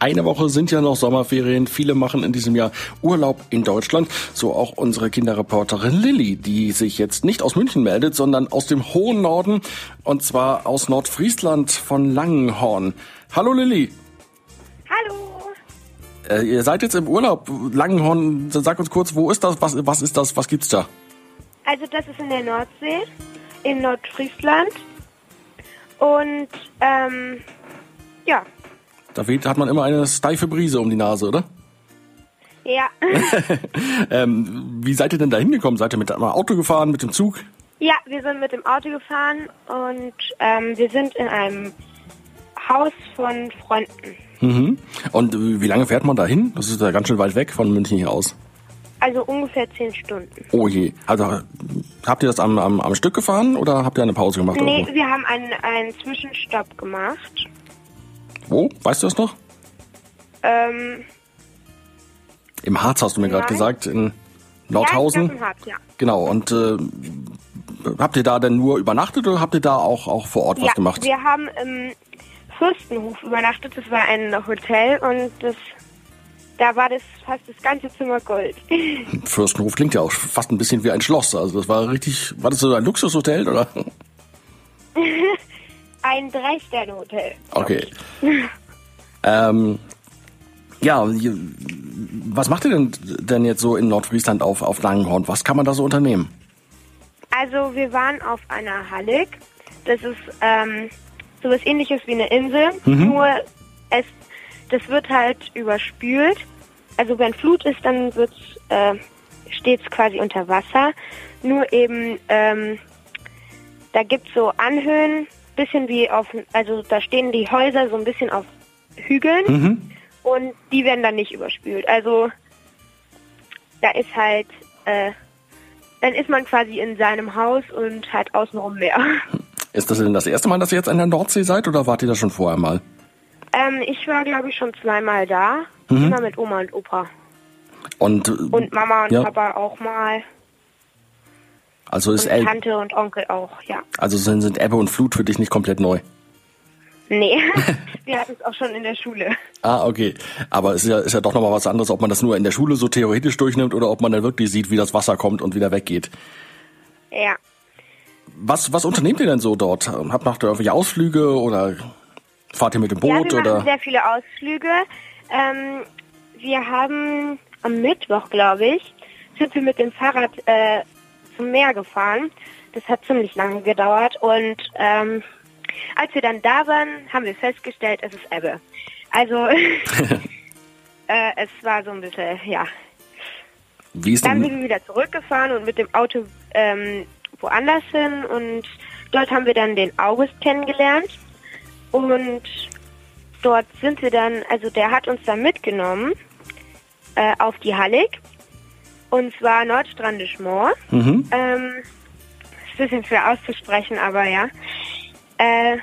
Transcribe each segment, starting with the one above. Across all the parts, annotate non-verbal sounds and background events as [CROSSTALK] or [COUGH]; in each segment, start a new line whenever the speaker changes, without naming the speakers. Eine Woche sind ja noch Sommerferien. Viele machen in diesem Jahr Urlaub in Deutschland. So auch unsere Kinderreporterin Lilly, die sich jetzt nicht aus München meldet, sondern aus dem hohen Norden. Und zwar aus Nordfriesland von Langenhorn. Hallo Lilly.
Hallo.
Äh, ihr seid jetzt im Urlaub. Langenhorn, sag uns kurz, wo ist das? Was, was ist das? Was gibt's da?
Also das ist in der Nordsee, in Nordfriesland. Und ähm, ja,
Da weht, hat man immer eine steife Brise um die Nase, oder?
ja,
Ähm, wie seid ihr denn da hingekommen? Seid ihr mit einem Auto gefahren, mit dem Zug?
ja, wir sind mit dem Auto gefahren und ähm, wir sind in einem Haus von Freunden.
Und äh, wie lange fährt man da hin? Das ist ja ganz schön weit weg von München hier aus.
Also ungefähr zehn Stunden.
Oh je. Also, habt ihr das am, am, am Stück gefahren oder habt ihr eine Pause gemacht?
Nee,
irgendwo?
wir haben einen, einen Zwischenstopp gemacht.
Wo? Weißt du das noch?
Ähm,
Im Harz hast du mir gerade
Nein.
gesagt, in
Ja,
Nordhausen.
ich glaub, im Harz, ja.
Genau, und äh, habt ihr da denn nur übernachtet oder habt ihr da auch, auch vor Ort was
ja,
gemacht?
wir haben im Fürstenhof übernachtet. Das war ein Hotel und das, da war das fast das ganze Zimmer Gold. [LAUGHS]
Fürstenhof klingt ja auch fast ein bisschen wie ein Schloss. Also das war richtig, war das so ein Luxushotel oder? [LAUGHS]
Ein Drei-Sterne-Hotel. [LAUGHS]
Okay. ähm, ja, je- was macht ihr denn, denn jetzt so in Nordfriesland auf, auf Langenhorn? Was kann man da so unternehmen?
Also wir waren auf einer Hallig. Das ist ähm, sowas ähnliches wie eine Insel, nur es, das wird halt überspült. Also wenn Flut ist, dann wird's, äh, steht es quasi unter Wasser. Nur eben, ähm, da gibt's so Anhöhen, bisschen wie auf, also da stehen die Häuser so ein bisschen auf Hügeln und die werden dann nicht überspült. Also da ist halt... Äh, dann ist man quasi in seinem Haus und hat außenrum Meer.
[LAUGHS] Ist das denn das erste Mal, dass ihr jetzt an der Nordsee seid oder wart ihr da schon vorher mal?
Ähm, ich war, glaube ich, schon zweimal da.
Mhm.
Immer mit Oma und Opa.
Und, äh,
Und Mama und
ja,
Papa auch mal.
Also ist
Und
El
Tante und Onkel auch, ja.
also sind, sind Ebbe und Flut für dich nicht komplett neu. [LAUGHS]
Nee, [LAUGHS] wir hatten es auch schon in der Schule.
Ah, okay. Aber es ist ja, ist ja doch nochmal was anderes, ob man das nur in der Schule so theoretisch durchnimmt oder ob man dann wirklich sieht, wie das Wasser kommt und wieder weggeht.
Ja.
Was, was unternehmt ihr denn so dort? Habt macht ihr irgendwelche Ausflüge oder fahrt ihr mit dem
ja,
Boot
wir machen
oder?
sehr viele Ausflüge. Ähm, wir haben am Mittwoch, glaube ich, sind wir mit dem Fahrrad äh, zum Meer gefahren. Das hat ziemlich lange gedauert und ähm, als wir dann da waren, haben wir festgestellt, es ist Ebbe. Also [LAUGHS]
[LAUGHS]
äh, es war so ein bisschen, ja.
Wie ist
Dann
denn,
sind wir wieder zurückgefahren und mit dem Auto ähm, woanders hin und dort haben wir dann den August kennengelernt und dort sind wir dann, also der hat uns dann mitgenommen äh, auf die Hallig und zwar Nordstrandisch Moor. Ähm, ist ein bisschen schwer auszusprechen, aber ja. Äh,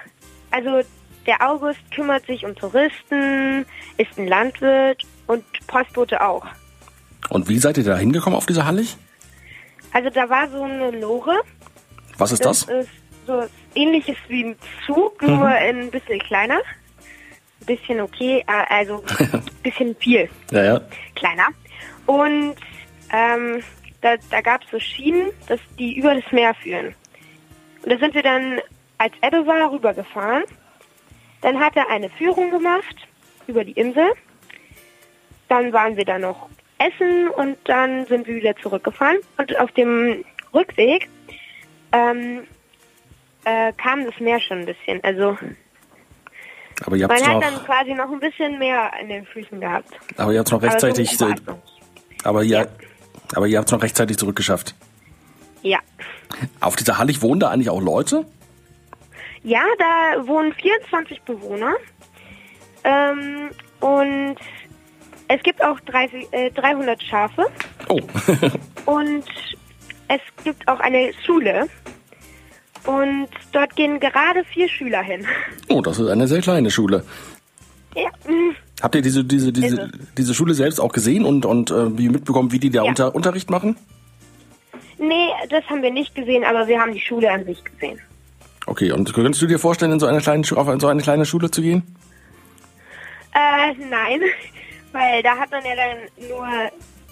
also der August kümmert sich um Touristen, ist ein Landwirt und Postbote auch.
Und wie seid ihr da hingekommen auf diese Hallig?
Also da war so eine Lore.
Was ist das? Mhm.
ist so ähnliches wie ein Zug, nur ein bisschen kleiner. Ein bisschen okay, äh,
[LAUGHS]
also ein bisschen viel
Ja, ja.
kleiner. Und ähm, da, da gab es so Schienen, dass die über das Meer führen. Und da sind wir dann, als Ebbe war, rübergefahren. Dann hat er eine Führung gemacht über die Insel. Dann waren wir da noch essen und dann sind wir wieder zurückgefahren. Und auf dem Rückweg ähm, äh, kam das Meer schon ein bisschen. Also
Aber ihr
man
habt's
hat dann
noch,
quasi noch ein bisschen mehr an den Füßen gehabt.
aber ihr habt's noch
Aber so
rechtzeitig,
war
äh,
es noch nicht.
aber ihr, aber ihr habt's noch rechtzeitig zurückgeschafft.
Ja.
Auf dieser Hallig wohnen da eigentlich auch Leute?
Ja, da wohnen 24 Bewohner. Ähm, und es gibt auch 30, äh, 300 Schafe.
Oh, [LAUGHS]
Und es gibt auch eine Schule. Und dort gehen gerade vier Schüler hin. [LAUGHS]
oh, das ist eine sehr kleine Schule.
Ja.
Habt ihr diese diese diese
Ist
diese Schule selbst auch gesehen und und äh, wie mitbekommen, wie die da
Ja.
unter, Unterricht machen?
Nee, das haben wir nicht gesehen, aber wir haben die Schule an sich gesehen.
Okay, und könntest du dir vorstellen, in so eine kleine Schu- auf so eine kleine Schule zu gehen?
Äh, nein, [LAUGHS] weil da hat man ja dann nur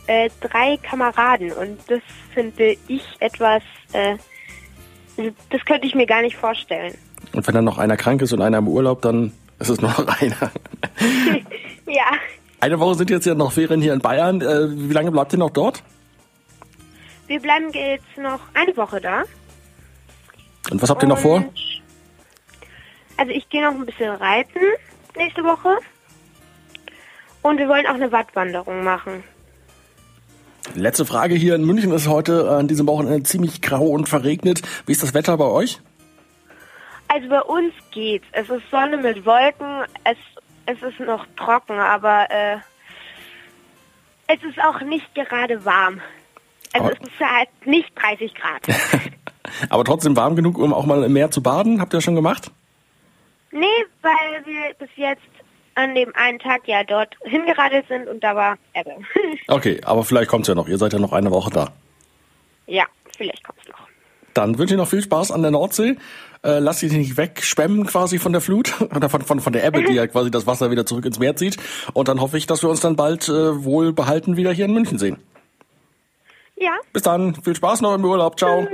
äh, drei Kameraden und das finde ich etwas, äh, also das könnte ich mir gar nicht vorstellen.
Und wenn dann noch einer krank ist und einer im Urlaub, dann ist es nur noch [LAUGHS] einer.
Ja,
Eine Woche sind jetzt ja noch Ferien hier in Bayern. Äh, wie lange bleibt ihr noch dort?
wir bleiben jetzt noch eine Woche da.
Und was habt ihr noch vor?
Und- Also ich gehe noch ein bisschen reiten nächste Woche. Und wir wollen auch eine Wattwanderung machen. Äh.
Letzte Frage hier in München ist heute äh, an diesem Wochenende ziemlich grau und verregnet. Wie ist das Wetter bei euch?
Also bei uns geht's. Es ist Sonne mit Wolken. Es, es ist noch trocken, aber äh, es ist auch nicht gerade warm. Also
Aber-
es ist halt nicht 30 Grad.
Aber trotzdem warm genug, um auch mal im Meer zu baden. Habt ihr das schon gemacht?
nee, weil wir bis jetzt an dem einen Tag ja dort hingeradelt sind und da war Ebbe.
Okay, aber vielleicht kommt's ja noch. Ihr seid ja noch eine Woche da.
[LAUGHS] ja, vielleicht kommt's noch.
Dann wünsche ich noch viel Spaß an der Nordsee. Äh, lass dich nicht wegschwemmen quasi von der Flut [LAUGHS] oder von, von, von der Ebbe, die ja quasi das Wasser wieder zurück ins Meer zieht. Und dann hoffe ich, dass wir uns dann bald äh, wohl behalten wieder hier in München sehen.
Ja.
Bis dann, viel Spaß noch im Urlaub. Ciao.